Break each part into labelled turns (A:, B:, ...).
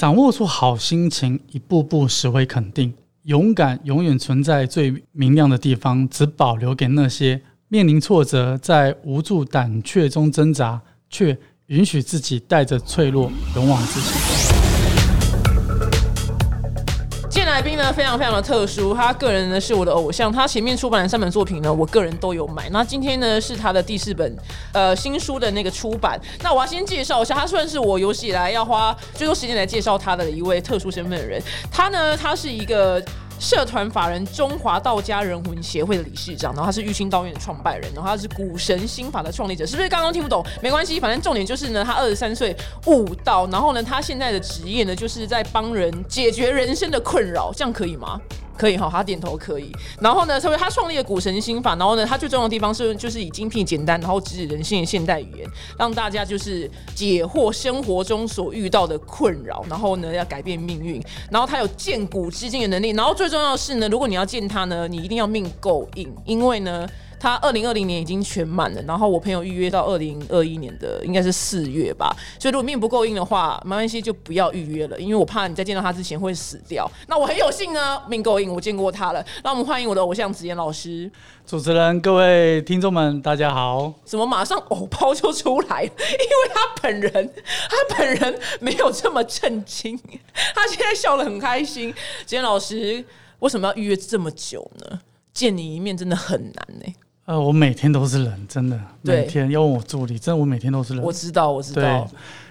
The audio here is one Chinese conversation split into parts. A: 掌握住好心情，一步步拾回肯定。勇敢永远存在最明亮的地方，只保留给那些面临挫折，在无助胆怯中挣扎，却允许自己带着脆弱勇往直前。
B: 今天来宾呢非常非常的特殊，他个人呢是我的偶像，他前面出版的三本作品呢，我个人都有买。那今天呢是他的第四本呃新书的那个出版。那我要先介绍一下，他算是我有史以来要花最多时间来介绍他的一位特殊身份的人。他呢，他是一个。社团法人中华道家人魂协会的理事长，然后他是玉清道院的创办人，然后他是股神心法的创立者，是不是刚刚听不懂？没关系，反正重点就是呢，他二十三岁悟道，然后呢，他现在的职业呢，就是在帮人解决人生的困扰，这样可以吗？可以哈，他点头可以。然后呢，所以他创立了股神心法，然后呢，他最重要的地方是就是以精辟简单，然后直指人性的现代语言，让大家就是解惑生活中所遇到的困扰，然后呢要改变命运。然后他有见古知今的能力，然后最重要的是呢，如果你要见他呢，你一定要命够硬，因为呢。他二零二零年已经全满了，然后我朋友预约到二零二一年的应该是四月吧，所以如果命不够硬的话，没关系就不要预约了，因为我怕你在见到他之前会死掉。那我很有幸呢，命够硬，我见过他了。让我们欢迎我的偶像子妍老师。
A: 主持人、各位听众们，大家好。
B: 怎么马上偶包就出来？因为他本人，他本人没有这么震惊，他现在笑得很开心。子妍老师为什么要预约这么久呢？见你一面真的很难呢、
A: 呃，我每天都是人，真的，
B: 对
A: 每天要问我助理，真的，我每天都是人
B: 我。知道，我知
A: 对
B: 道，，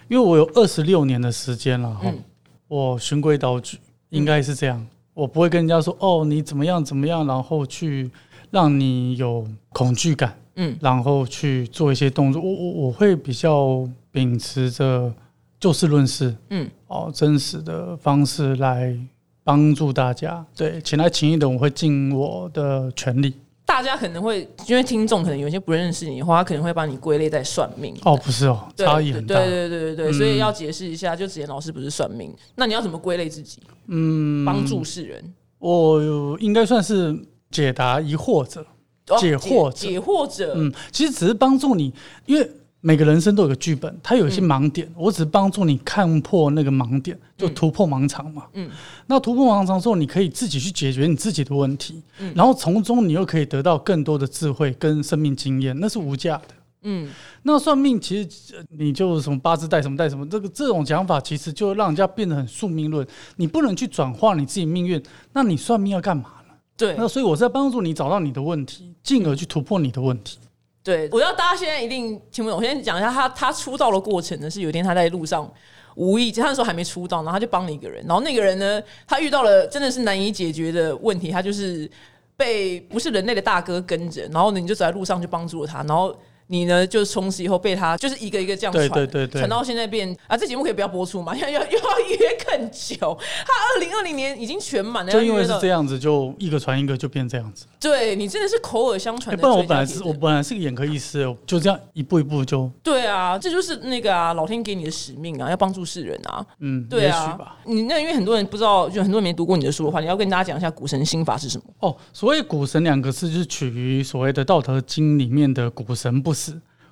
A: 因为我有二十六年的时间了哈，
B: 嗯
A: 我循规蹈矩，应该是这样。我不会跟人家说哦，你怎么样怎么样，然后去让你有恐惧感，
B: 嗯
A: 然后去做一些动作。我我我会比较秉持着就事论事
B: 嗯。
A: 哦，真实的方式来帮助大家。对，请来请一的，我会尽我的全力。
B: 大家可能会因为听众可能有些不认识你的话，他可能会把你归类在算命。
A: 哦，不是哦，
B: 对
A: 差异很大。
B: 对对对对对，
A: 嗯
B: 所以要解释一下，就子妍老师不是算命，那你要怎么归类自己？嗯，帮助世人，
A: 我应该算是解答疑惑者。
B: 哦
A: 解惑者
B: 解解惑者，
A: 嗯，其实只是帮助你，因为每个人生都有个剧本，它有一些盲点，
B: 嗯
A: 我只是帮助你看破那个盲点，就突破盲肠嘛。
B: 嗯，
A: 那突破盲肠之后，你可以自己去解决你自己的问题，
B: 嗯
A: 然后从中你又可以得到更多的智慧跟生命经验，那是无价的。
B: 嗯，
A: 那算命其实呃你就什么八字带什么带什么，这个这种讲法其实就让人家变得很宿命论，你不能去转化你自己命运，那你算命要干嘛呢？
B: 对
A: 那所以我是在帮助你找到你的问题，进而去突破你的问题。
B: 对，我知道大家现在一定听不懂。我先讲一下他他出道的过程呢，是有一天他在路上无意，他那时候还没出道，然后他就帮了一个人，然后那个人呢，他遇到了真的是难以解决的问题，他就是被不是人类的大哥跟着，然后呢你就走在路上就帮助了他，然后。你呢？就是从此以后被他就是一个一个这样
A: 对
B: 传，
A: 对对对
B: 传到现在变啊！这节目可以不要播出 嘛？要要又要约更久。他二零二零年已经全满了，
A: 就因为
B: 要约
A: 是
B: 到
A: 这样子，就一个传一个，就变这样子。
B: 对你真的是口耳相传
A: 哎
B: 的
A: 不
B: 最
A: 然
B: 佳
A: 我
B: 解释、
A: 本来是我本来是个眼科医师，我就这样一步一步就
B: 对啊，这就是那个啊，老天给你的使命啊，要帮助世人啊。
A: 嗯，
B: 对
A: 也许吧
B: 啊。，你那因为很多人不知道，就很多人没读过你的书的话，你要跟大家讲一下股神心法是什么。
A: 哦，所谓“股神”两个字，就是取于所谓的《道德经》里面的“股神不死”。
B: 嗯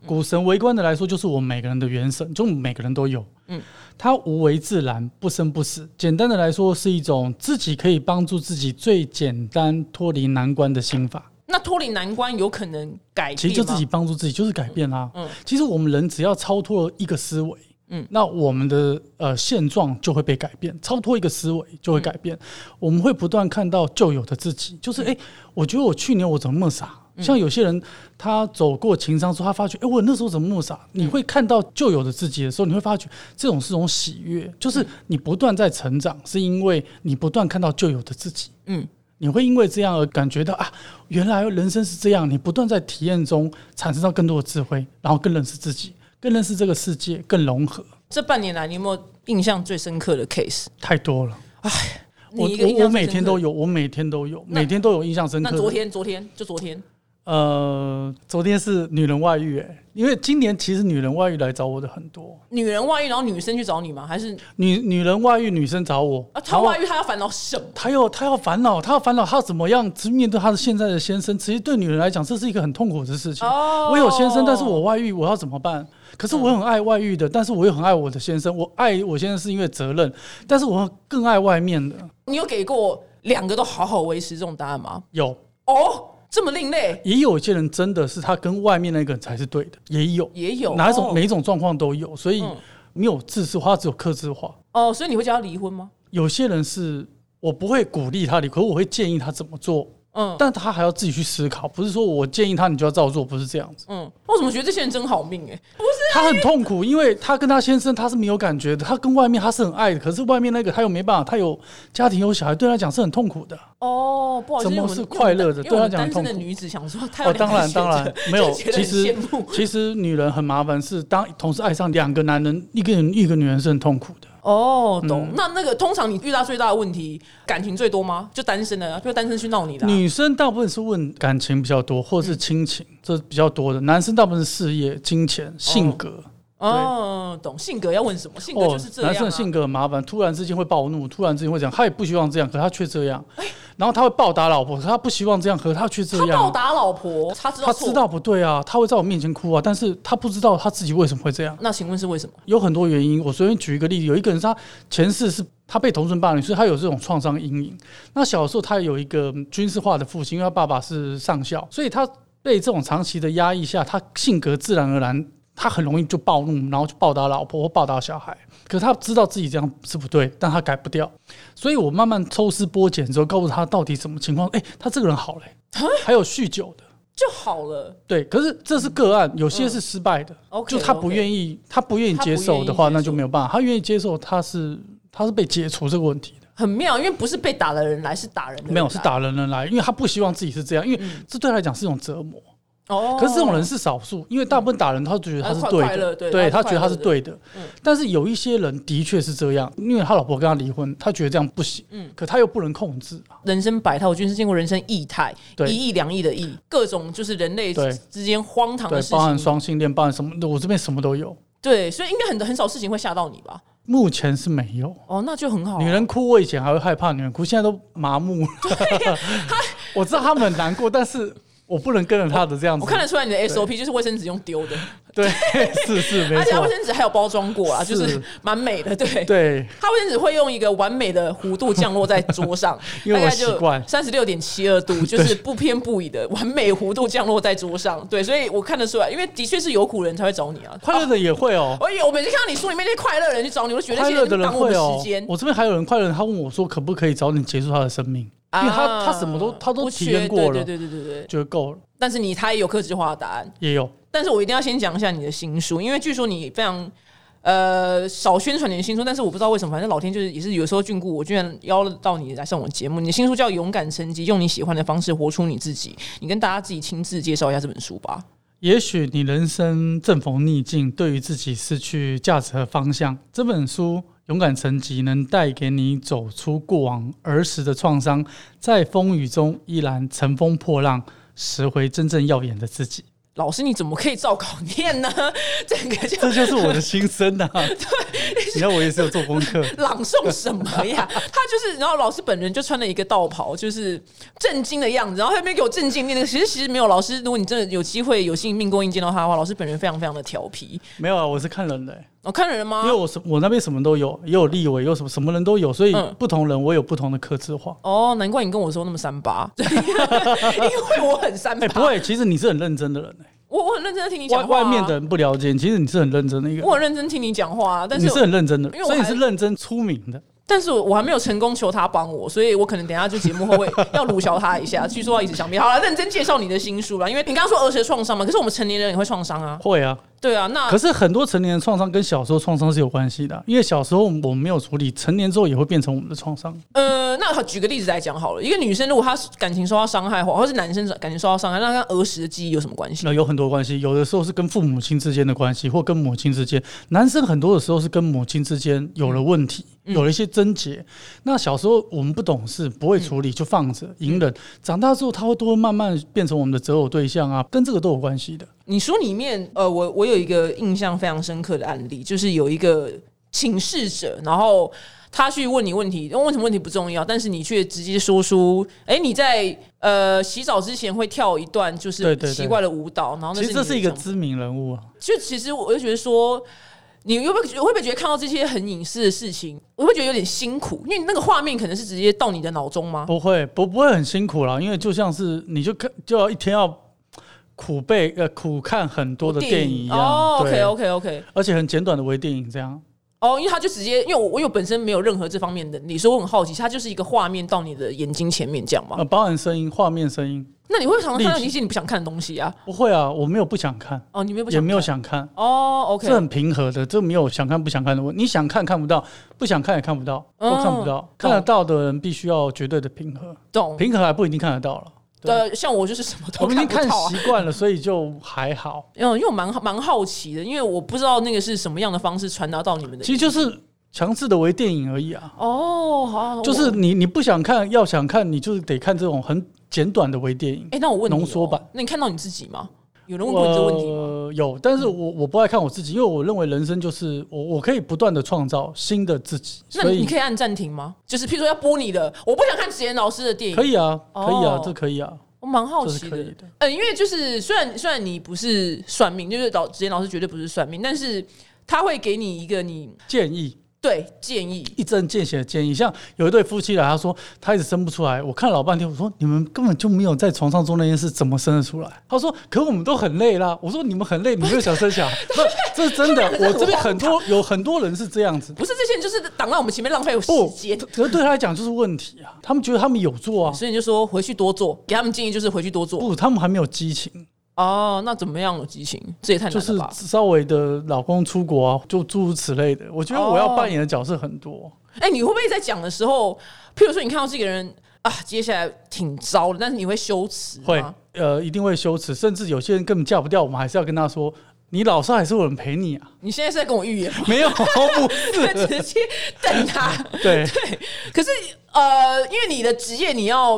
A: 股神微观的来说，就是我们每个人的元神，就我们每个人都有。嗯，它无为自然，不生不死。简单的来说，是一种自己可以帮助自己最简单脱离难关的心法。
B: 那脱离难关有可能改变吗，
A: 其实就自己帮助自己，就是改变啦。
B: 嗯
A: 其实我们人只要超脱了一个思维，
B: 嗯
A: 那我们的呃现状就会被改变，超脱一个思维就会改
B: 嗯
A: 变。我们会不断看到旧有的自己，就是哎、诶我觉得我去年我怎么那么傻？
B: 嗯
A: 像有些人他走过情商之后，他发觉哎、诶我那时候怎么那么傻？
B: 嗯
A: 你会看到旧有的自己的时候，你会发觉这种是种喜悦，
B: 嗯
A: 就是你不断在成长，是因为你不断看到旧有的自己。
B: 嗯，
A: 你会因为这样而感觉到啊，原来人生是这样。你不断在体验中产生到更多的智慧，然后更认识自己，更认识这个世界，更融合。
B: 这半年来，你有没有印象最深刻的 case？
A: 太多了，我
B: 你一个印象
A: 我我每
B: 最深
A: 天
B: 刻的
A: 都。有，我每天都有，
B: 那
A: 每天都有印象深刻
B: 那
A: 的。
B: 昨天，昨天就昨天，
A: 呃，昨天是女人外遇、哎，因为今年其实女人外遇来找我的很多，
B: 女人外遇，然后女生去找你吗？还是
A: 女女人外遇女生找我，
B: 啊，她外遇，她要烦恼什么？
A: 他有他要烦恼，他要烦恼，他要怎么样去面对他的现在的先生？其实对女人来讲，这是一个很痛苦的事情。
B: 哦
A: 我有先生，但是我外遇，我要怎么办？可是我很爱外遇的，但是我又很爱我的先生。我爱我先生是因为责任，但是我更爱外面的。
B: 你有给过两个都好好维持这种答案吗？
A: 有，
B: 哦，这么另类，
A: 也有一些人真的是他跟外面那个人才是对的，也有，
B: 也有
A: 哪一种、
B: 哦
A: 每一种状况都有，所以
B: 嗯
A: 没有自私化，只有克制化。
B: 哦，所以你会叫他离婚吗？
A: 有些人是我不会鼓励他离，可是我会建议他怎么做，
B: 嗯
A: 但他还要自己去思考，不是说我建议他你就要照做，不是这样子。
B: 嗯，我怎么觉得这些人真好命哎、
A: 他很痛苦，因为他跟他先生他是没有感觉的，他跟外面他是很爱的，可是外面那个他又没办法，他有家庭有小孩，对他讲是很痛苦的。
B: 哦，不好意思，
A: 怎么
B: 因为我们
A: 是快乐的
B: 因为
A: 对
B: 我们
A: 他讲
B: 单身的
A: 痛苦
B: 女子想说，她有
A: 哦，当然当然没有。 其实
B: 其实羡慕
A: 其实女人很麻烦，是当同时爱上两个男人，一个人一个女人是很痛苦的。
B: 哦，懂。那那个通常你遇到最大的问题，感情最多吗？就单身的啊，就单身去闹你的啊、嗯
A: 女生大部分是问感情比较多，或是亲情，这比较多的。男生大部分是事业、金钱、性格。
B: 哦，懂。性格要问什么？性格就是这
A: 哦
B: 样、啊
A: 男生的性格很麻烦，突然之间会暴怒，突然之间会这样，他也不希望这样，可他却这样。然后他会暴打老婆，可他不希望这样，可他却这
B: 哎他暴
A: 样。啊
B: 打老婆，他知道
A: 他
B: 错
A: 知。道不对啊，他会在我面前哭啊，但是他不知道他自己为什么会这样。
B: 那请问是为什么？
A: 有很多原因。我随便举一个例子，有一个人是他前世是他被同村霸凌，所以他有这种创伤阴影。那小时候他有一个嗯军事化的父亲，因为他爸爸是上校，所以他被这种长期的压抑下，他性格自然而然。他很容易就暴怒，然后就暴打老婆或暴打小孩。可是他知道自己这样是不对，但他改不掉。所以我慢慢抽丝剥茧之后，告诉他到底什么情况。哎、他这个人好嘞、还有酗酒的，
B: 就好了。
A: 对，可是这是个案，有些是失败的，
B: 嗯 OK，
A: 就他不愿意，他不愿意接受的话，
B: 他不愿意接受
A: 那就没有办法。他愿意接受，他是他是被解除这个问题的，
B: 很妙，因为不是被打的人来，是打人的人来
A: 没有是打人人来，因为他不希望自己是这样，因为这对他来讲是一种折磨。
B: 嗯哦。
A: 可是这种人是少数，因为大部分打人他觉得他是
B: 他快
A: 对
B: 乐
A: 的，
B: 对他
A: 他觉
B: 快乐嗯
A: 得他是对的。但是有一些人的确是这样，因为他老婆跟他离婚，他觉得这样不行，
B: 嗯
A: 可他又不能控制啊。
B: 人生百态，我就是见过人生异态，
A: 对
B: 一亿两亿的亿，各种就是人类
A: 对
B: 之间荒唐
A: 对
B: 的，事
A: 包含
B: 情。
A: 双性恋，包含什么的，我这边什么都有。
B: 对，所以应该很很少事情会吓到你吧？
A: 目前是没有，
B: 哦，那就很好啊、
A: 女人哭，我以前还会害怕女人哭，现在都麻木了。 我知道他们很难过，但是我不能跟着他的这样子。
B: 我看得出来你的 SOP 就是卫生纸用丢的，
A: 对， 是 是没
B: 而且它
A: 错
B: 卫，生纸还有包装过啊，就是
A: 是
B: 蛮美的，对。
A: 对，
B: 它卫生纸会用一个完美的弧度降落在桌上，
A: 因为
B: 大
A: 我
B: 概就
A: 习惯
B: 三十六点七二度，就是不偏不倚的完美弧度降落在桌上。对，所以我看得出来，因为的确是有苦人才会找你啊。
A: 快乐的也会哦。
B: 我有，我每次看到你书里面那些快乐人去找你，我就觉得
A: 快乐的
B: 这些
A: 人
B: 耽误我
A: 会
B: 们
A: 哦
B: 时间，。
A: 我这边还有人快乐的，他问我说可不可以早点结束他的生命，因为他他什么都他都
B: 哦啊不
A: 体
B: 缺
A: 验过了，
B: 对对对对对对。
A: 觉得够了，
B: 但是你他也有克制化的答案，
A: 也有
B: 但是我一定要先讲一下你的新书，因为据说你非常呃少宣传你的新书，但是我不知道为什么，反正老天就是也是有时候眷顾我，居然邀到你来上我节目。你的新书叫《勇敢升级》，用你喜欢的方式活出你自己。你跟大家自己亲自介绍一下这本书吧。
A: 也许你人生正逢逆境，对于自己失去价值和方向。这本书《勇敢成疾》能带给你走出过往儿时的创伤，在风雨中依然乘风破浪，拾回真正耀眼的自己。
B: 老师，你怎么可以照稿念呢？ 整个就
A: 这就是我的心声 呐、啊！你看我也是有做功课，
B: 朗诵什么呀？他就是，然后老师本人就穿了一个道袍，就是震惊的样子，然后他那边给我震惊念那个，其实其实没有老师，如果你真的有机会有幸命供应见到他的话，老师本人非常非常的调皮。
A: 没有啊，我是看人的欸、
B: 我、看人吗
A: 因为？我什我那边什么都有，也有立委，有什么什么人都有，所以
B: 嗯
A: 不同人我有不同的克制化。
B: 哦，难怪你跟我说那么三 八，对因为我很三八。
A: 哎、不会，其实你是很认真的人、欸，
B: 我我很认真的听你
A: 外
B: 讲话、啊
A: 外面的，人不了解你，其实你是很认真的一个人
B: 我。很认真听你讲话、啊，但是
A: 你是很认真的
B: 因为，我
A: 所以你
B: 还
A: 是认真出名的。
B: 但是我还没有成功求他帮我，所以我可能等一下就节目后会要鲁小他一下，据说要一直想别好了，认真介绍你的新书啦，因为你刚刚说儿时的创伤嘛，可是我们成年人也会创伤啊，
A: 会啊，
B: 对啊，那
A: 可是很多成年人创伤跟小时候创伤是有关系的啊，因为小时候我们没有处理，成年之后也会变成我们的创伤。
B: 呃，那好，举个例子来讲好了，一个女生如果她感情受到伤害，或或是男生感情受到伤害，那跟儿时的记忆有什么关系？
A: 那有很多关系，有的时候是跟父母亲之间的关系，或跟母亲之间。男生很多的时候是跟母亲之间有了问题，
B: 嗯
A: 有了一些症结。那小时候我们不懂事，不会
B: 嗯
A: 处理，就放着隐忍。长大之后，他会都会慢慢变成我们的择偶对象啊，跟这个都有关系的。
B: 你书里面，呃，我我有一个印象非常深刻的案例，就是有一个请示者，然后他去问你问题，问什么问题不重要，但是你却直接说出，哎、你在呃洗澡之前会跳一段就
A: 对
B: 是
A: 对对
B: 奇怪的舞蹈，然后那
A: 其实这
B: 你的
A: 是一个
B: 想法
A: 知名人物啊，
B: 就其实我就觉得说，你会不会会不会觉得看到这些很隐私的事情，我会觉得有点辛苦，因为那个画面可能是直接到你的脑中吗？
A: 不会不不会很辛苦啦，因为就像是你就看就要一天要苦背呃苦看很多的电影一样，
B: 哦
A: 对
B: ，OK OK OK，
A: 而且很简短的微电影这样。
B: 哦，因为他就直接，因为我我有本身没有任何这方面的能力，所以我很好奇，它就是一个画面到你的眼睛前面这样嘛？
A: 呃，包含声音、画面、声音，
B: 那你会常常看到
A: 立体
B: 一些你不想看的东西啊？
A: 不会啊，我没有不想看，
B: 哦，你没有不想
A: 也
B: 看
A: 没有想看，
B: 哦，OK，嗯
A: 这很平和的，这没有想看不想看的问题。你想看看不到，不想看也看不到，都
B: 哦
A: 看不到。看得到的人必须要绝对的平和，
B: 懂。
A: 平和还不一定看得到了。对
B: 呃，像我就是什么
A: 我
B: 都
A: 们已经
B: 看
A: 看
B: 不到啊
A: 习。惯 了，所以就还好。
B: 嗯，因为我蛮蛮好奇的，因为我不知道那个是什么样的方式传达到你们的。
A: 其实就是强制的微电影而已啊，
B: 哦，好，
A: 就
B: 我
A: 是你你不想看，要想看，你就是得看这种很简短的微电影。
B: 哎、那我问你、哦，
A: 浓缩版，
B: 那你看到你自己吗？有人问过你这个问题吗？
A: 呃有，但是我我不爱看我自己，因为我认为人生就是我我可以不断的创造新的自己，
B: 那
A: 所
B: 你
A: 以
B: 可以按暂停吗？就是譬如说要播你的，我不想看子妍老师的电影，
A: 可以啊，可以啊
B: 哦，
A: 这可以啊，
B: 我蛮好
A: 这
B: 奇
A: 是可
B: 的。
A: 以的。
B: 呃，因为就是虽然虽然你不是算命，就是老子妍老师绝对不是算命，但是他会给你一个你
A: 建议
B: 对建议。
A: 一针见血的建议，像有一对夫妻来，啊他说他一直生不出来，我看老半天，我说你们根本就没有在床上做那件事，怎么生得出来？他说可我们都很累啦，我说你们很累，你们又想生小 孩，不，这是真的，我这边很多有很多人是这样子，
B: 不是这些人就是挡在我们前面浪费时
A: 不，
B: 间，
A: 可是对他来讲就是问题啊，他们觉得他们有做啊，
B: 所以你就说回去多做，给他们建议就是回去多做。
A: 不，他们还没有激情。
B: 哦，那怎么样有激情？这也太
A: 就
B: 难
A: 是
B: 了吧？
A: 稍微的老公出国啊，就诸如此类的。我觉得我要
B: 哦
A: 扮演的角色很多，
B: 哎、你会不会在讲的时候，譬如说你看到这个人啊，接下来挺糟的，但是你会羞耻吗？
A: 会呃一定会羞耻，甚至有些人根本嫁不掉，我们还是要跟他说，你老是还是有人陪你啊，
B: 你现在是在跟我预言吗？
A: 没有不是，
B: 直接瞪他。
A: 对
B: 可是呃，因为你的职业你要，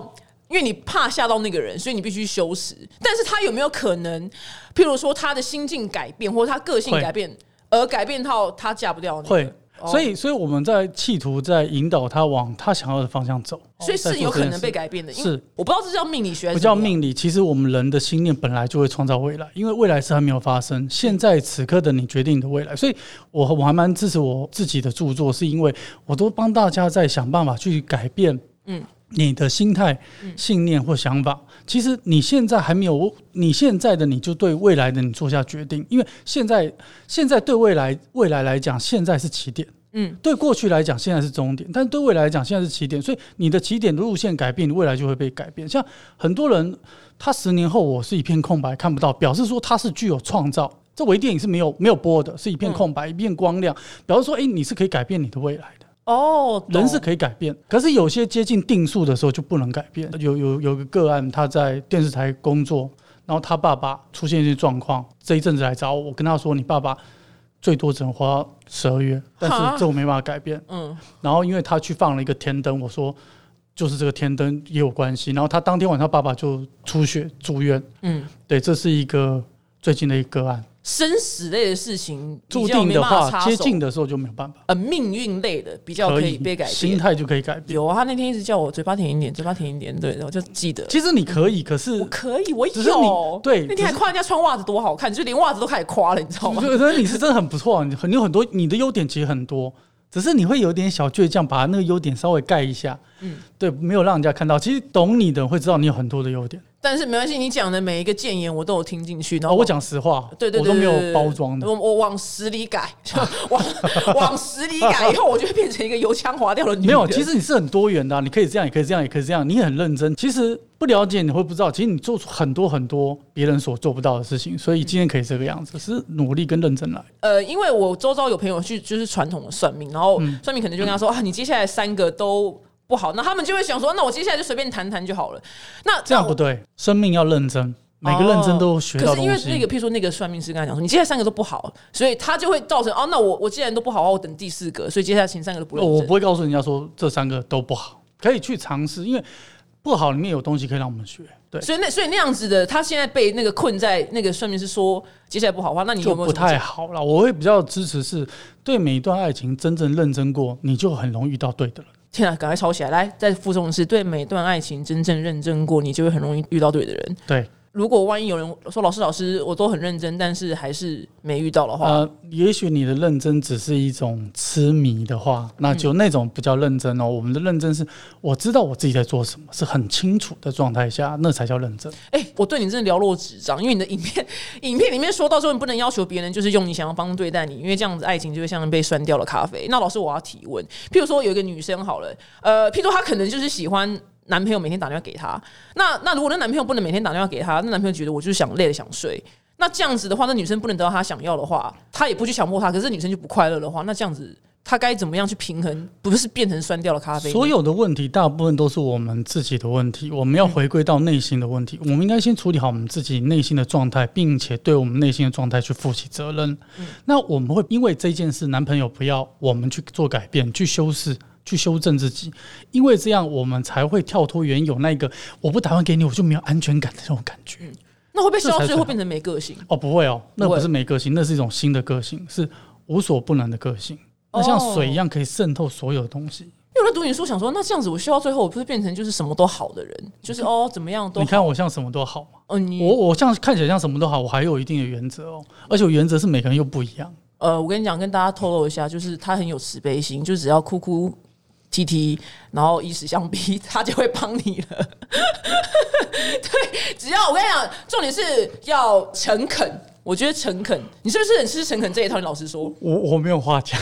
B: 因为你怕吓到那个人，所以你必须羞耻。但是他有没有可能，譬如说他的心境改变，或者他个性
A: 会
B: 改变，而改变到他嫁不掉、那个
A: 会。
B: 哦
A: 所以，所以我们在企图在引导他往他想要的方向走，哦
B: 所以
A: 在
B: 是
A: 做
B: 有
A: 这
B: 可
A: 件
B: 能
A: 事
B: 被改变的。因
A: 是
B: 为我不知道这叫命理学还
A: 不
B: 是
A: 叫
B: 怎么样。
A: 命理，其实我们人的心念本来就会创造未来，因为未来是还没有发生，现在此刻的你决定你的未来。所以我，我还蛮支持我自己的著作，是因为我都帮大家在想办法去改变，
B: 嗯
A: 嗯，你的心态、信念或想法。其实你现在还没有，你现在的你就对未来的你做下决定，因为现在现在对未来未来来讲，现在是起点。
B: 嗯，
A: 对过去来讲，现在是终点；但对未来来讲，现在是起点。所以你的起点的路线改变，你未来就会被改变。像很多人，他十年后我是一片空白，看不到，表示说他是具有创造。这微电影是没有没有播的，是一片空白，一片光亮，表示说，哎，你是可以改变你的未来的。
B: 哦，懂
A: 人是可以改变，可是有些接近定数的时候就不能改变。有有有个个案，他在电视台工作，然后他爸爸出现一些状况，这一阵子来找我，我跟他说，你爸爸最多只能活到十二月，但
B: 哈
A: 是这我没办法改变。
B: 嗯，
A: 然后因为他去放了一个天灯，我说就是这个天灯也有关系。然后他当天晚上爸爸就出血住院，
B: 嗯，
A: 对，这是一个最近的一个个案，
B: 生死类的事情
A: 注
B: 比较
A: 定
B: 没
A: 的
B: 办法
A: 话
B: 插
A: 接
B: 手
A: 近的时候就没有办法，
B: 呃命运类的比较可以被改
A: 心
B: 变。
A: 态就可以改变。
B: 有啊，他那天一直叫我嘴巴甜一点，嘴巴甜一点，对，我就记得。
A: 其实你可以，可是
B: 我可以，我
A: 只是你
B: 有。
A: 对
B: 那天还
A: 只是
B: 夸人家穿袜子多好看，就连袜子都开始夸了，你知道
A: 我
B: 吗？
A: 觉得你是真的很不错，啊你很你有很多你的优点其实很多，只是你会有点小倔强，把那个优点稍微盖一下，
B: 嗯
A: 嗯，对，没有让人家看到。其实懂你的人会知道你有很多的优点。
B: 但是没关系，你讲的每一个谏言我都有听进去，然
A: 然
B: 后
A: 后哦我。讲实话，
B: 对对
A: 我
B: 对，
A: 都没
B: 对对
A: 有
B: 对
A: 包装的。
B: 我我往死里改， 就往往死里改，以后我就会变成一个油腔滑调的女人。
A: 没有，其实你是很多元的啊、你可以这样，也可以这样，也可以这样，你也很认
B: 嗯
A: 真。其实不了解你会不知道，其实你做出很多很多别人所做不到的事情，
B: 嗯
A: 所以今天可以这个样子，是努力跟认真来。
B: 呃，因为我周遭有朋友去就是传统的算命，然后
A: 嗯
B: 算命可能就跟他说、啊，你接下来三个都不好，那他们就会想说，那我接下来就随便谈谈就好了。那
A: 这样
B: 那
A: 不
B: 我
A: 对，生命要认真，每个认真都有学到
B: 哦可是因
A: 东
B: 为
A: 西。
B: 那个，譬如说那个算命师跟他讲说，你接下来三个都不好，所以他就会造成哦，那我我既然都不好，我等第四个，所以接下来前三个都不认
A: 哦我
B: 真。
A: 不会告诉人家说这三个都不好，可以去尝试，因为不好里面有东西可以让我们学。对，
B: 所以那所以那样子的，他现在被那个困在那个算命是说接下来不好的话，那你有
A: 就
B: 没有
A: 不
B: 什么
A: 太
B: 建议
A: 好了。我会比较支持是对每一段爱情真正认真过，你就很容易遇到对的人。
B: 天啊，赶快抄起来！来，再附送的是，对每段爱情真正认真过，你就会很容易遇到对的人。
A: 对，
B: 如果万一有人说老师老师，我都很认真，但是还是没遇到的话，
A: 呃，也许你的认真只是一种痴迷的话，
B: 嗯
A: 那就那种不叫认真哦。我们的认真是我知道我自己在做什么，是很清楚的状态下，那才叫认真。
B: 哎、我对你真的了若指掌，因为你的影片影片里面说到说你不能要求别人就是用你想要方对待你，因为这样子爱情就会像被酸掉了咖啡。那老师，我要提问，譬如说有一个女生好了，呃，譬如说她可能就是喜欢。男朋友每天打电话给她，那那如果那男朋友不能每天打电话给她，那男朋友觉得我就是想累了想睡，那这样子的话，那女生不能得到她想要的话，她也不去强迫她，可是女生就不快乐的话，那这样子她该怎么样去平衡？不是变成酸掉了咖啡呢？
A: 所有的问题大部分都是我们自己的问题，我
B: 嗯
A: 们要回归到内心的问题。我们应该先处理好我们自己内心的状态，并且对我们内心的状态去负起责任。
B: 嗯
A: 那我们会因为这件事，男朋友不要，我们去做改变，去修饰。去修正自己，因为这样我们才会跳脱原有那个我不打算给你，我就没有安全感的那种感觉。
B: 那会不会
A: 这才
B: 消
A: 是
B: 最后
A: 好
B: 变成没个性？
A: 哦，不会哦，那
B: 嗯不
A: 不
B: 会
A: 是没个性，那是一种新的个性，是无所不能的个性。那像水
B: 哦
A: 一样可以渗透所有的东西。
B: 因为我在读你书，想说那这样子，我修到最后，我不是变成就是什么都好的 人，就是哦怎么样都
A: 你
B: 好。
A: 看我像什么都好吗？
B: 哦，你
A: 我我像看起来像什么都好，我还有一定的原则哦，而且我原则是每个人又不一样。
B: 呃，我跟你讲，跟大家透露一下，就是他很有慈悲心，就只要哭哭啼啼，然后以死相逼，他就会帮你了。 对，只要我跟你讲，重点是要诚恳。我觉得诚恳，你是不是很吃诚恳这一套？你老实说，
A: 我我没有话 讲，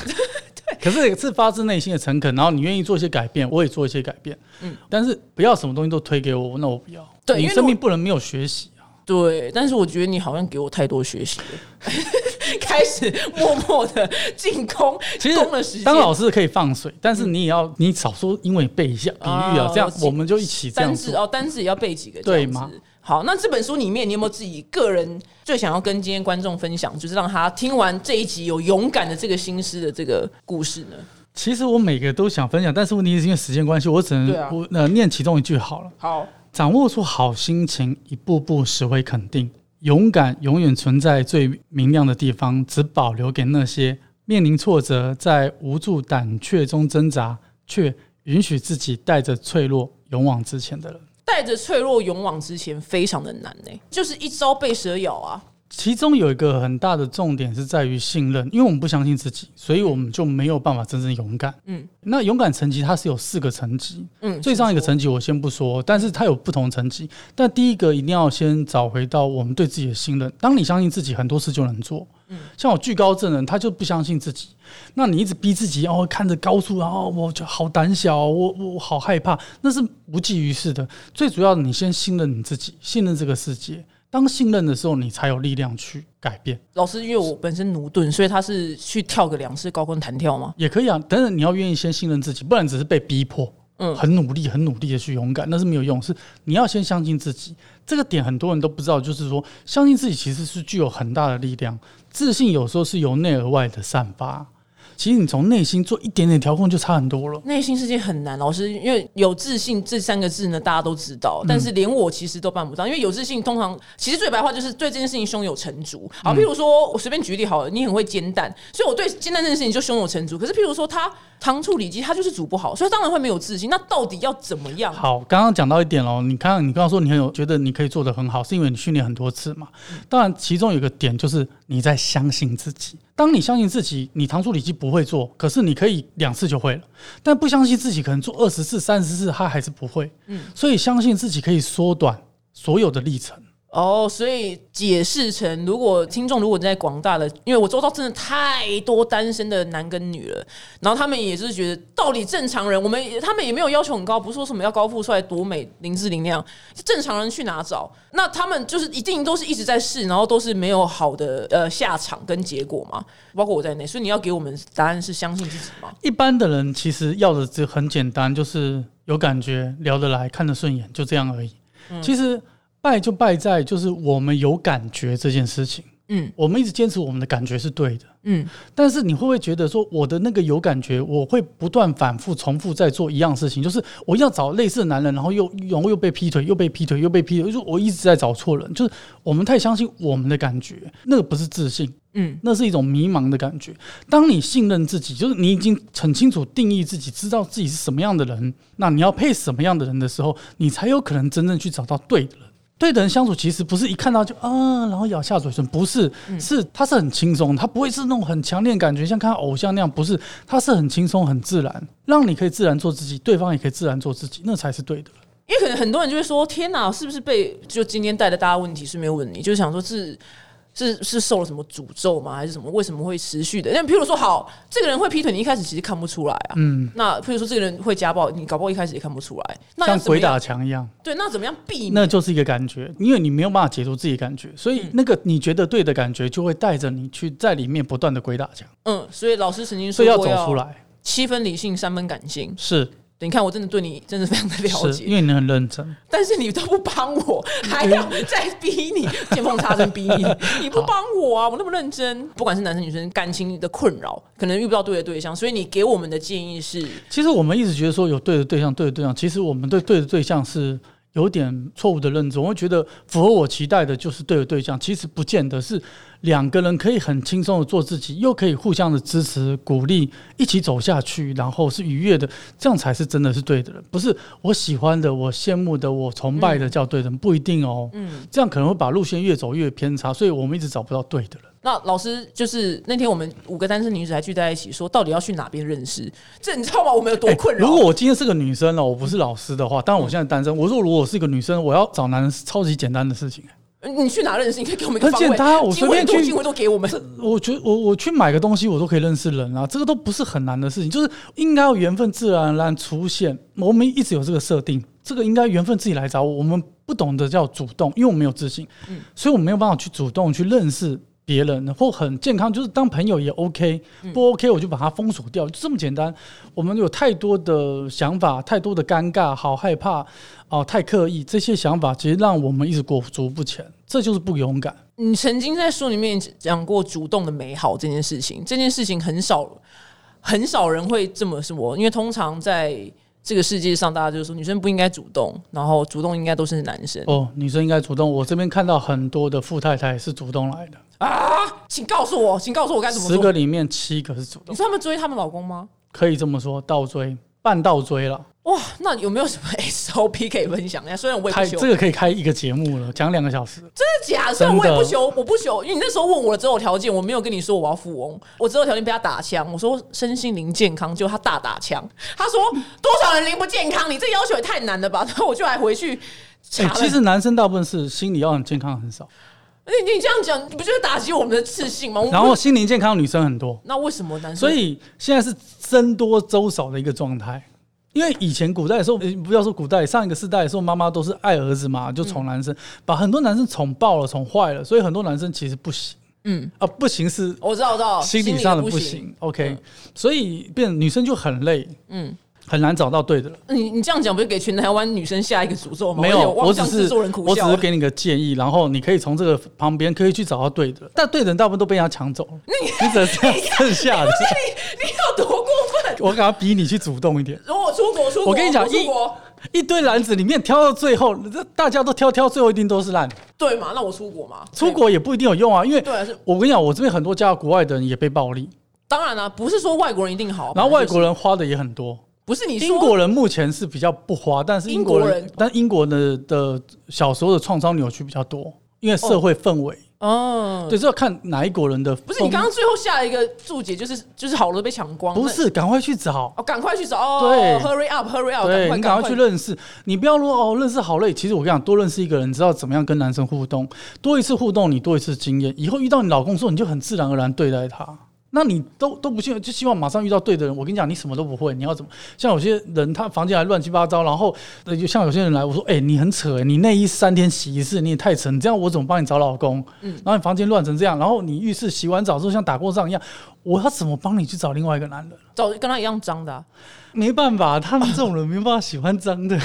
A: 可是是发自内心的诚恳，然后你愿意做一些改变，我也做一些改变。嗯，但是不要什么东西都推给我，那我不要。
B: 对因
A: 你
B: 为
A: 生
B: 如
A: 命
B: 果
A: 不能没有学习啊。
B: 对，但是我觉得你好像给我太多学习了， 开始默默的进攻，
A: 其实
B: 攻了时间。
A: 当老师可以放水，但是你也要你少说英文背一下比喻啊
B: 哦，
A: 这样
B: 记
A: 我啊们就一起这样
B: 单字
A: 做。
B: 哦，单字也要背几个，
A: 对
B: 这样子
A: 吗？
B: 好，那这本书里面，你有没有自己个人最想要跟今天观众分享，就是让他听完这一集有勇敢的这个心思的这个故事呢？
A: 其实我每个都想分享，但是问题是因为时间关系，我只能
B: 对啊
A: 我呃念其中一句好了。
B: 好，
A: 掌握住好心情，一步步拾回肯定。勇敢永远存在最明亮的地方，只保留给那些面临挫折，在无助胆怯中挣扎，却允许自己带着脆弱勇往直前的人。
B: 带着脆弱勇往之前，非常的难呢、就是一朝被蛇咬啊。
A: 其中有一个很大的重点是在于信任，因为我们不相信自己，所以我们就没有办法真正勇敢。
B: 嗯，
A: 那勇敢层级它是有四个层级，
B: 嗯，
A: 最上一个层级我先不说，但是它有不同层级。但第一个一定要先找回到我们对自己的信任。当你相信自己，很多事就能做。嗯，像我惧高症人，他就不相信自己。那你一直逼自己，哦，看着高处，然、后我就好胆小，我我我好害怕，那是无济于事的。最主要的，你先信任你自己，信任这个世界。当信任的时候，你才有力量去改变。
B: 老师，因为我本身驽钝，所以他是去跳个两次高空弹跳吗？
A: 也可以啊，但是你要愿意先信任自己，不然只是被逼迫。
B: 嗯
A: 很努力、很努力的去勇敢，那是没有用。是你要先相信自己，这个点很多人都不知道，就是说相信自己其实是具有很大的力量。自信有时候是由内而外的散发，其实你从内心做一点点调控就差很多了。
B: 内心世界很难，老师，因为有自信这三个字呢，大家都知道，但是连我其实都办不到，因为有自信通常其实最白话就是对这件事情胸有成竹。好，譬如说我随便举例好了，你很会煎蛋，所以我对煎蛋这件事情就胸有成竹。可是譬如说他糖醋里脊，他就是煮不好，所以他当然会没有自信。那到底要怎么样？
A: 好，刚刚讲到一点喽，你看你刚刚说你很有觉得你可以做得很好，是因为你训练很多次嘛。当然，其中有一个点就是你在相信自己。当你相信自己，你糖醋里脊不会做，可是你可以两次就会了。但不相信自己，可能做二十次、三十次，他还是不会。嗯，所以相信自己可以缩短所有的历程。
B: 哦，所以解释成，如果听众如果在广大的，因为我周遭真的太多单身的男跟女了，然后他们也是觉得道理正常人，我们也他们也没有要求很高，不是说什么要高富帅、多美、林志玲那样，正常人去哪找？那他们就是一定都是一直在试，然后都是没有好的呃下场跟结果嘛，包括我在内，所以你要给我们答案是相信自己吗？
A: 一般的人其实要的只很简单，就是有感觉、聊得来、看得顺眼，就这样而已。
B: 嗯
A: 其实败就败在就是我们有感觉这件事情。
B: 嗯，
A: 我们一直坚持我们的感觉是对的，
B: 嗯，
A: 但是你会不会觉得说，我的那个有感觉，我会不断反复重复在做一样事情，就是我要找类似的男人，然后又然后又被劈腿，又被劈腿，又被劈腿，就是我一直在找错人，就是我们太相信我们的感觉，那个不是自信，
B: 嗯，
A: 那是一种迷茫的感觉。当你信任自己，就是你已经很清楚定义自己，知道自己是什么样的人，那你要配什么样的人的时候，你才有可能真正去找到对的人。对的人相处其实不是一看到就啊，然后咬下嘴唇，不是，
B: 嗯
A: 是他是很轻松，他不会是那种很强烈的感觉，像看偶像那样，不是，他是很轻松、很自然，让你可以自然做自己，对方也可以自然做自己，那才是对的人。
B: 因为可能很多人就会说：“天哪，是不是被就今天带的大家问题？”顺便问你，就是想说是是是受了什么诅咒吗？还是什么？为什么会持续的？那譬如说，好，这个人会劈腿，你一开始其实看不出来啊。嗯，那譬如说，这个人会家暴，你搞不好一开始也看不出来。那要
A: 像
B: 怎么
A: 鬼
B: 样？
A: 打墙一样，
B: 对，那怎么样避免？
A: 那就是一个感觉，因为你没有办法解读自己的感觉，所
B: 嗯
A: 以那个你觉得对的感觉，就会带着你去在里面不断的鬼打墙，
B: 嗯，所以老师曾经
A: 所以
B: 说
A: 要
B: 过
A: 走
B: 要
A: 出，来。
B: 七分理性，三分感性。
A: 是
B: 对你看，我真的对你真的非常的了
A: 是，因
B: 解，
A: 为你很认真，
B: 但是你都不帮我，还要再逼你，见缝插针逼 你，你不帮我啊！我那么认真，不管是男生女生，感情的困扰可能遇不到对的对象，所以你给我们的建议是，
A: 其实我们一直觉得说有对的对象，对的对象，其实我们对对的对象是有点错误的认知。我会觉得符合我期待的就是对的对象，其实不见得是两个人可以很轻松的做自己，又可以互相的支持、鼓励，一起走下去，然后是愉悦的，这样才是真的是对的人。不是我喜欢的、我羡慕的、我崇拜的叫对的人，不一定哦。
B: 嗯，
A: 这样可能会把路线越走越偏差，所以我们一直找不到对的人。
B: 那老师就是那天我们五个单身女子还聚在一起，说到底要去哪边认识？这你知道吗？我们有多困扰？
A: 如果我今天是个女生哦，我不是老师的话，但我现在单身。我说如果我是一个女生，我要找男人是超级简单的事情。
B: 你去哪认识？你可以给我们一
A: 很
B: 个方位，
A: 简单啊我随便
B: 经纬度
A: 去
B: 经纬度给我们。
A: 我觉得我我去买个东西，我都可以认识人啊，这个都不是很难的事情，就是应该要缘分自然而然出现。我们一直有这个设定，这个应该缘分自己来找我，我们不懂得叫主动，因为我们没有自信，所以我们没有办法去主动去认识。别人或很健康，就是当朋友也 OK，不 OK 我就把它封锁掉，就这么简单。我们有太多的想法，太多的尴尬，好害怕哦、太刻意，这些想法其实让我们一直裹足不前，这就是不勇敢。
B: 你曾经在书里面讲过主动的美好这件事情，这件事情很少很少人会这么说，因为通常在这个世界上，大家就是说女生不应该主动，然后主动应该都是男生。
A: 哦，女生应该主动。我这边看到很多的富太太是主动来的，
B: 请告诉我，请告诉我该怎么
A: 十
B: 做。
A: 个里面七个是主
B: 你
A: 动，
B: 说他们追他们老公吗？
A: 可以这么说，倒追半倒追了。
B: 哇，那有没有什么 SOP 可以分享一下？虽然我也不
A: 开
B: 求，
A: 这个可以开一个节目了，讲两个小时。
B: 真的 假的？虽然
A: 真
B: 我
A: 的
B: 也不求，我不求，因为你那时候问我的择偶条件，我没有跟你说我要富翁，我择偶条件被他打枪，我说身心灵健康，结果他大打枪，他说多少人灵不健康，你这要求也太难了吧？然 后我就还回去
A: 哎、
B: 查了。哦哎
A: 其实男生大部分是心理要很健康很少，
B: 你你这样讲，你不就是打击我们的自信吗？我们
A: 然后心灵健康的女生很多，
B: 那为什么男生？
A: 所以现在是僧多粥少的一个状态。因为以前古代的时候，呃不要说古代，上一个世代的时候，妈妈都是爱儿子嘛，就宠男生，把很多男生宠爆了、宠坏了，所以很多男生其实不行
B: 嗯，
A: 啊，不行是
B: 我知道，我知道，
A: 心理上的
B: 不
A: 不
B: 行。
A: 行。OK，、
B: 嗯
A: 所以变女生就很累，
B: 嗯
A: 嗯，很难找到对的人。
B: 你你这样讲，不是给全台湾女生下一个诅咒吗？
A: 没有，
B: 我
A: 我
B: 向
A: 只
B: 制
A: 是
B: 作人苦
A: 我只
B: 笑
A: 是。给你个建议，然后你可以从这个旁边可以去找到对 的人，但对的人大部分都被人家抢走了，你只能这样剩下的。
B: 你有多过分？
A: 我赶快逼你去主动一点。
B: 如果我出国，出国，
A: 我跟你讲
B: 出
A: 一
B: 国，
A: 一堆篮子里面挑到最后，这大家都挑挑，最后一定都是烂。
B: 对嘛？那我出国嘛？
A: 出国也不一定有用啊，因为
B: 对啊是
A: 我跟你讲，我这边很多嫁到国外的人也被暴力，
B: 当然啦、不是说外国人一定好，
A: 然后外国
B: 人
A: 人花的也很多。
B: 不是你说
A: 英国人目前是比较不花，但是英国人，
B: 英国人
A: 但英国的的小时候的创伤扭曲比较多，因为社会氛围，
B: 哦，
A: 对，这要看哪一国人的风。
B: 不是你刚刚最后下一个注解就是就是好的被抢光，
A: 不
B: 那
A: 是，赶快去找，
B: 哦，赶快去找哦，
A: 对
B: ，hurry up，hurry up，
A: 哦对你赶快去
B: 认，
A: 认识，你不要说哦认识好累。其实我跟你讲，多认识一个人，你知道怎么样跟男生互动，多一次互动，你多一次经验，以后遇到你老公的时候，你就很自然而然对待他。那你都都不信，就希望马上遇到对的人。我跟你讲，你什么都不会，你要怎么？像有些人他房间还乱七八糟，然后呃就像有些人来，我说哎、你很扯、你内衣三天洗一次，你也太扯，你这样我怎么帮你找老公？然后你房间乱成这样，然后你浴室洗完澡之后像打过仗一样，我要怎么帮你去找另外一个男人？
B: 找跟他一样脏的啊、
A: 没办法，他们这种人没办法喜欢脏的。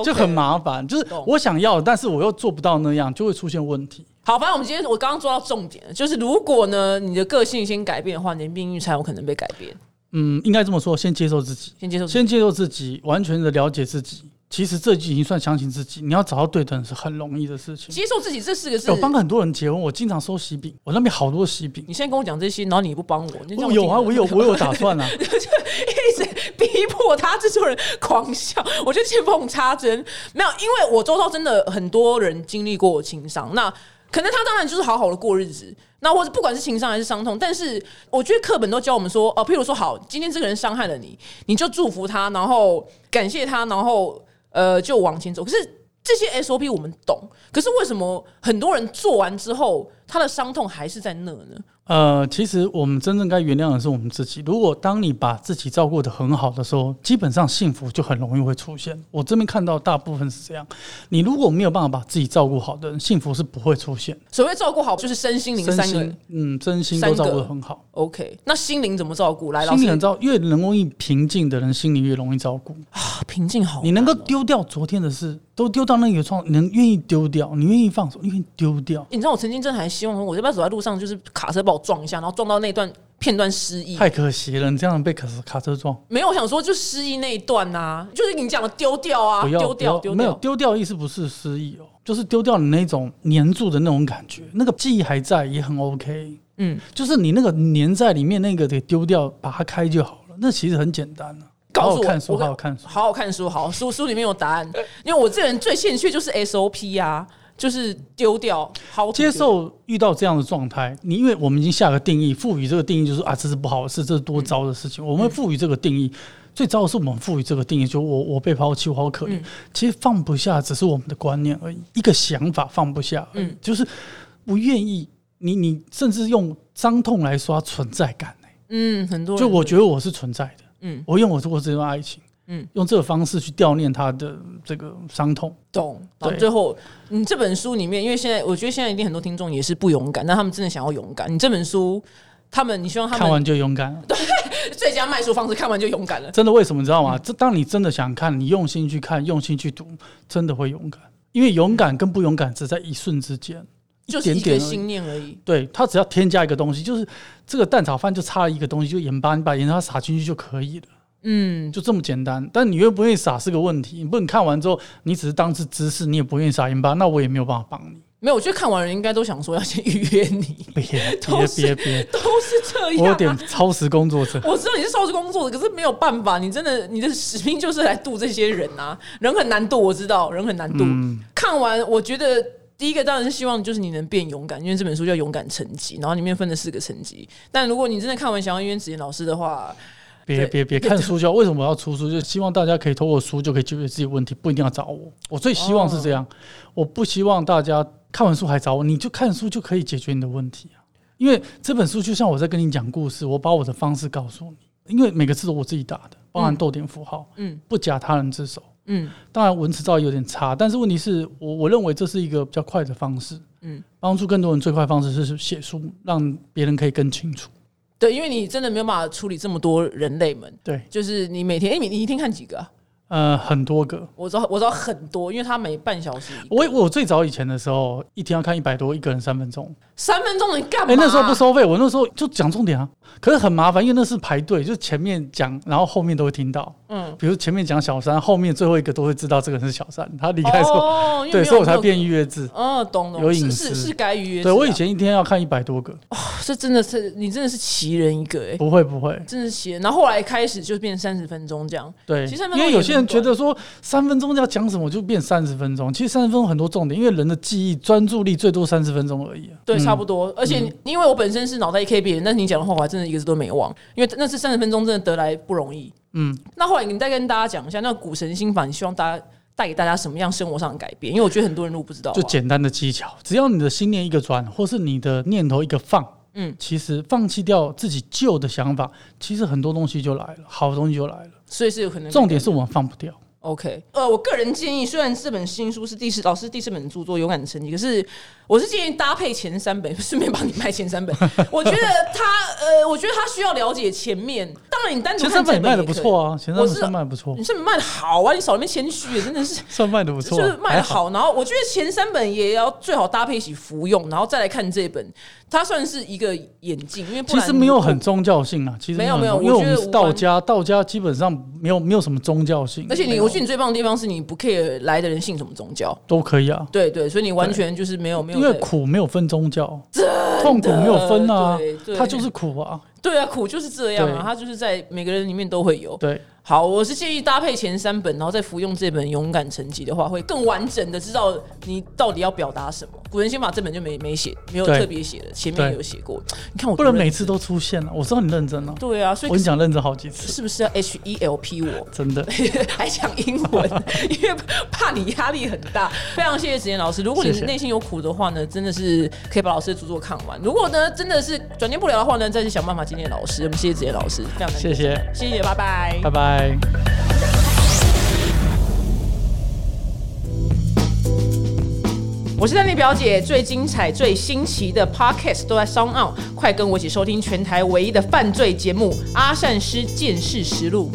A: 就很麻烦。就是
B: 懂
A: 我想要，但是我又做不到那样，就会出现问题。
B: 好，反正我们今天我刚刚说到重点，就是如果呢你的个性先改变的话，你的命运才有可能被改变。
A: 嗯，应该这么说，先接受自己，
B: 先接受自己，
A: 先接受自己，完全的了解自己。其实这就已经算相信自己，你要找到对的人是很容易的事情。
B: 接受自己这四个字
A: 有。帮很多人结婚，我经常收喜饼，我那边好多喜饼。
B: 你现在跟我讲这些，然后你也不帮我，你就叫
A: 我有啊，
B: 进来
A: 我有，我有打算啊。
B: 一直逼迫他制作人狂笑，我就见缝插针。没有，因为我周遭真的很多人经历过我情伤，那可能他当然就是好好的过日子。那或者不管是情伤还是伤痛，但是我觉得课本都教我们说，哦、譬如说，好，今天这个人伤害了你，你就祝福他，然后感谢他，然后呃，就往前走。可是这些 SOP 我们懂，可是为什么很多人做完之后，他的伤痛还是在那呢？
A: 呃，其实我们真正该原谅的是我们自己。如果当你把自己照顾得很好的时候，基本上幸福就很容易会出现。我这边看到大部分是这样。你如果没有办法把自己照顾好的人，幸福是不会出现。
B: 所谓照顾好，就是身心灵
A: 身
B: 三个
A: 心，嗯，身心都照顾得很好。
B: OK，那心灵怎么照顾？来，老
A: 心
B: 师
A: 里很照，越容易平静的人，心里越容易照顾。
B: 啊平静好难哦，
A: 你能够丢掉昨天的事，都丢到那个创，你能愿意丢掉，你愿意放手，你愿意丢掉，
B: 你知道我曾经真的还希望说，我要不要走在路上，就是卡车把我撞一下，然后撞到那段片段失忆。
A: 太可惜了。你这样被卡车卡车撞，
B: 没有，我想说就失忆那一段呐、就是你讲的丢掉啊，
A: 不要
B: 丢
A: 不
B: 掉
A: 要
B: 丢
A: 没有
B: 掉。
A: 丢掉的意思不是失忆哦，就是丢掉你那种黏住的那种感觉，那个记忆还在也很 OK，
B: 嗯，
A: 就是你那个黏在里面那个给丢掉，把它开就好了，那其实很简单啊。好
B: 告诉
A: 好
B: 我
A: 看书，
B: 我
A: 好好看书。
B: 好好看书，好书书里面有答案，因为我这人最欠缺就是 SOP 啊，就是丢掉，好
A: 接受遇到这样的状态，你因为我们已经下个定义，赋予这个定义就是啊，这是不好的事，这是多糟的事
B: 嗯
A: 情。我们赋予这个定义，最糟的是我们赋予这个定义，就我我被抛弃，我好可
B: 嗯
A: 怜。其实放不下只是我们的观念而已，一个想法放不下而已，
B: 嗯
A: 就是不愿意。你你甚至用伤痛来刷存在感、欸
B: 嗯，很多人
A: 就我觉得我是存在的，
B: 嗯
A: 我用我我这段爱情，
B: 嗯
A: 用这个方式去悼念他的这个伤痛。
B: 懂，然后
A: 对
B: 最后，你这本书里面，因为现在我觉得现在一定很多听众也是不勇敢，但他们真的想要勇敢。你这本书，他们你希望他
A: 看
B: 们
A: 完就勇敢了。
B: 最佳卖书方式看完就勇敢了。
A: 真的为什么你知道
B: 嗯
A: 吗？这当你真的想看，你用心去看，用心去读，真的会勇敢。因为勇敢跟不勇敢只在一瞬之间，
B: 就是
A: 一
B: 一
A: 点
B: 个
A: 点而已。
B: 信念而已。
A: 对，它只要添加一个东西，就是这个蛋炒饭就差了一个东西，就盐巴，你把盐巴撒进去就可以了，
B: 嗯，
A: 就这么简单。但你愿不愿意撒是个问题，你不能看完之后你只是当是知识，你也不愿意撒盐巴，那我也没有办法帮你。
B: 没有，我觉得看完人应该都想说要先预约你，
A: 别
B: 都
A: 别
B: 是
A: 别别，
B: 都是这
A: 我
B: 样、
A: 有
B: 啊。
A: 点超时工作者。
B: 我知道你是少数工作的，可是没有办法，你真的你的使命就是来渡这些人啊，人很难渡，我知道人很难渡。
A: 嗯
B: 看完我觉得第一个当然是希望就是你能变勇敢，因为这本书叫《勇敢成绩》，然后里面分了四个层级。但如果你真的看完想要约子妍老师的话，
A: 别别别看书就好，为什么我要出书？就希望大家可以透过书就可以解决自己问题，不一定要找我。我最希望是这样，
B: 哦
A: 我不希望大家看完书还找我，你就看书就可以解决你的问题啊。因为这本书就像我在跟你讲故事，我把我的方式告诉你，因为每个字都我自己打的，包含逗点符号，
B: 嗯
A: 不假他人之手。
B: 嗯
A: 当然文词造诣有点差，但是问题是我我认为这是一个比较快的方式，
B: 嗯，
A: 帮助更多人最快的方式是写书，让别人可以更清楚。
B: 对，因为你真的没有办法处理这么多人类们，
A: 对，
B: 就是你每天，哎、你你一天看几个啊、
A: 呃，很多个。
B: 我知道我知道很多，因为他每半小时一个
A: 我我最早以前的时候，一天要看一百多，一个人三分钟。
B: 三分钟，你干
A: 哎、
B: 嘛、
A: 那时候不收费，我那时候就讲重点啊。可是很麻烦，因为那是排队，就前面讲，然后后面都会听到。
B: 嗯，
A: 比如前面讲小三，后面最后一个都会知道这个人是小三，他离开之后，
B: 哦，因为
A: 对，
B: 没有
A: 所以我才
B: 那个
A: 变预约制。
B: 哦，懂懂，
A: 有
B: 是
A: 隐私
B: 是是该预约制啊。
A: 对我以前一天要看一百多个，
B: 这真的是你真的是奇人一个哎、
A: 不会不会，
B: 真的是奇人。然后后来开始就变三十分钟这样，
A: 对，
B: 其实三分
A: 因
B: 钟
A: 为有些人觉
B: 也
A: 得说三分钟要讲什么就变三十分钟，其实三十分钟很多重点，因为人的记忆专注力最多三十分钟而已、啊。
B: 对，
A: 嗯
B: 差不多。而且因为我本身是脑袋一 K 别人，但是你讲的话我还真的一个字都没忘，因为那是三十分钟真的得来不容易。
A: 嗯，
B: 那后来你再跟大家讲一下，那股神心法，你希望大家带给大家什么样生活上的改变？因为我觉得很多人如果不知道啊的
A: 就
B: 话，
A: 简单的技巧，只要你的心念一个转，或是你的念头一个放，
B: 嗯，
A: 其实放弃掉自己旧的想法，其实很多东西就来了，好东西就来了。
B: 所以是有可能
A: 重点是我们放不掉，
B: OK，呃，我个人建议，虽然这本新书是第十老师第四本著作《勇敢的成绩》，可是我是建议搭配前 三本，顺便帮你卖前三本。我觉得他，呃，我觉得他需要了解前面。当当然你单独
A: 前
B: 看
A: 三本也
B: 正本
A: 卖的
B: 也
A: 不
B: 可以
A: 错啊，前三
B: 我
A: 本
B: 是
A: 算卖的不错
B: 你，这本卖的好啊，你少在那边谦虚，真的是。
A: 算卖的 不
B: 就
A: 错，啊
B: 是卖
A: 还
B: 的好，然后我觉得前三本也要最好搭配一起服用，然后再来看这本，它算是一个眼镜，因为不
A: 其
B: 然
A: 实没有很宗教性啊，其实
B: 没有没有
A: 很因为
B: 我
A: 我
B: 觉得
A: 们是
B: 无
A: 道
B: 关
A: 家，道家基本上没有没有什么宗教性，
B: 而且
A: 没
B: 你
A: 有
B: 我觉得你最棒的地方是你不 care 来的人信什么宗教，
A: 都可以啊，
B: 对对，所以你完全就是没有没有
A: 因为
B: 在
A: 苦没有分宗教，痛苦没有分啊
B: 对对，
A: 它就是苦啊，
B: 对啊，苦就是这样啊
A: 对，
B: 它就是在每个人里面都会有。
A: 对，
B: 好，我是建议搭配前三本，然后再服用这本《勇敢成绩》的话，会更完整的知道你到底要表达什么。古人先把这本就没没写，没有
A: 对
B: 特别写的，前面
A: 对
B: 也有写过。你看我
A: 不
B: 多
A: 能每
B: 认
A: 次都出现了、我知道你认真了、
B: 对啊，所
A: 我
B: 以
A: 跟你讲认真好几次，
B: 是不是要 H E L P 我？
A: 真的。
B: 还讲英 文，因为怕你压力很大。非常谢谢子妍老师，如果你
A: 谢谢
B: 内心有苦的话呢，真的是可以把老师的著作看完。如果呢真的是转念不了的话呢，再去想办法纪念老师。我们谢谢子妍老师，非常感
A: 谢谢，
B: 谢谢，拜拜
A: 拜拜。
B: 我是丹妮表姐，最精彩、最新奇的 podcast 都在 Sound On，快跟我一起收听全台唯一的犯罪节目《阿善师见识实录》。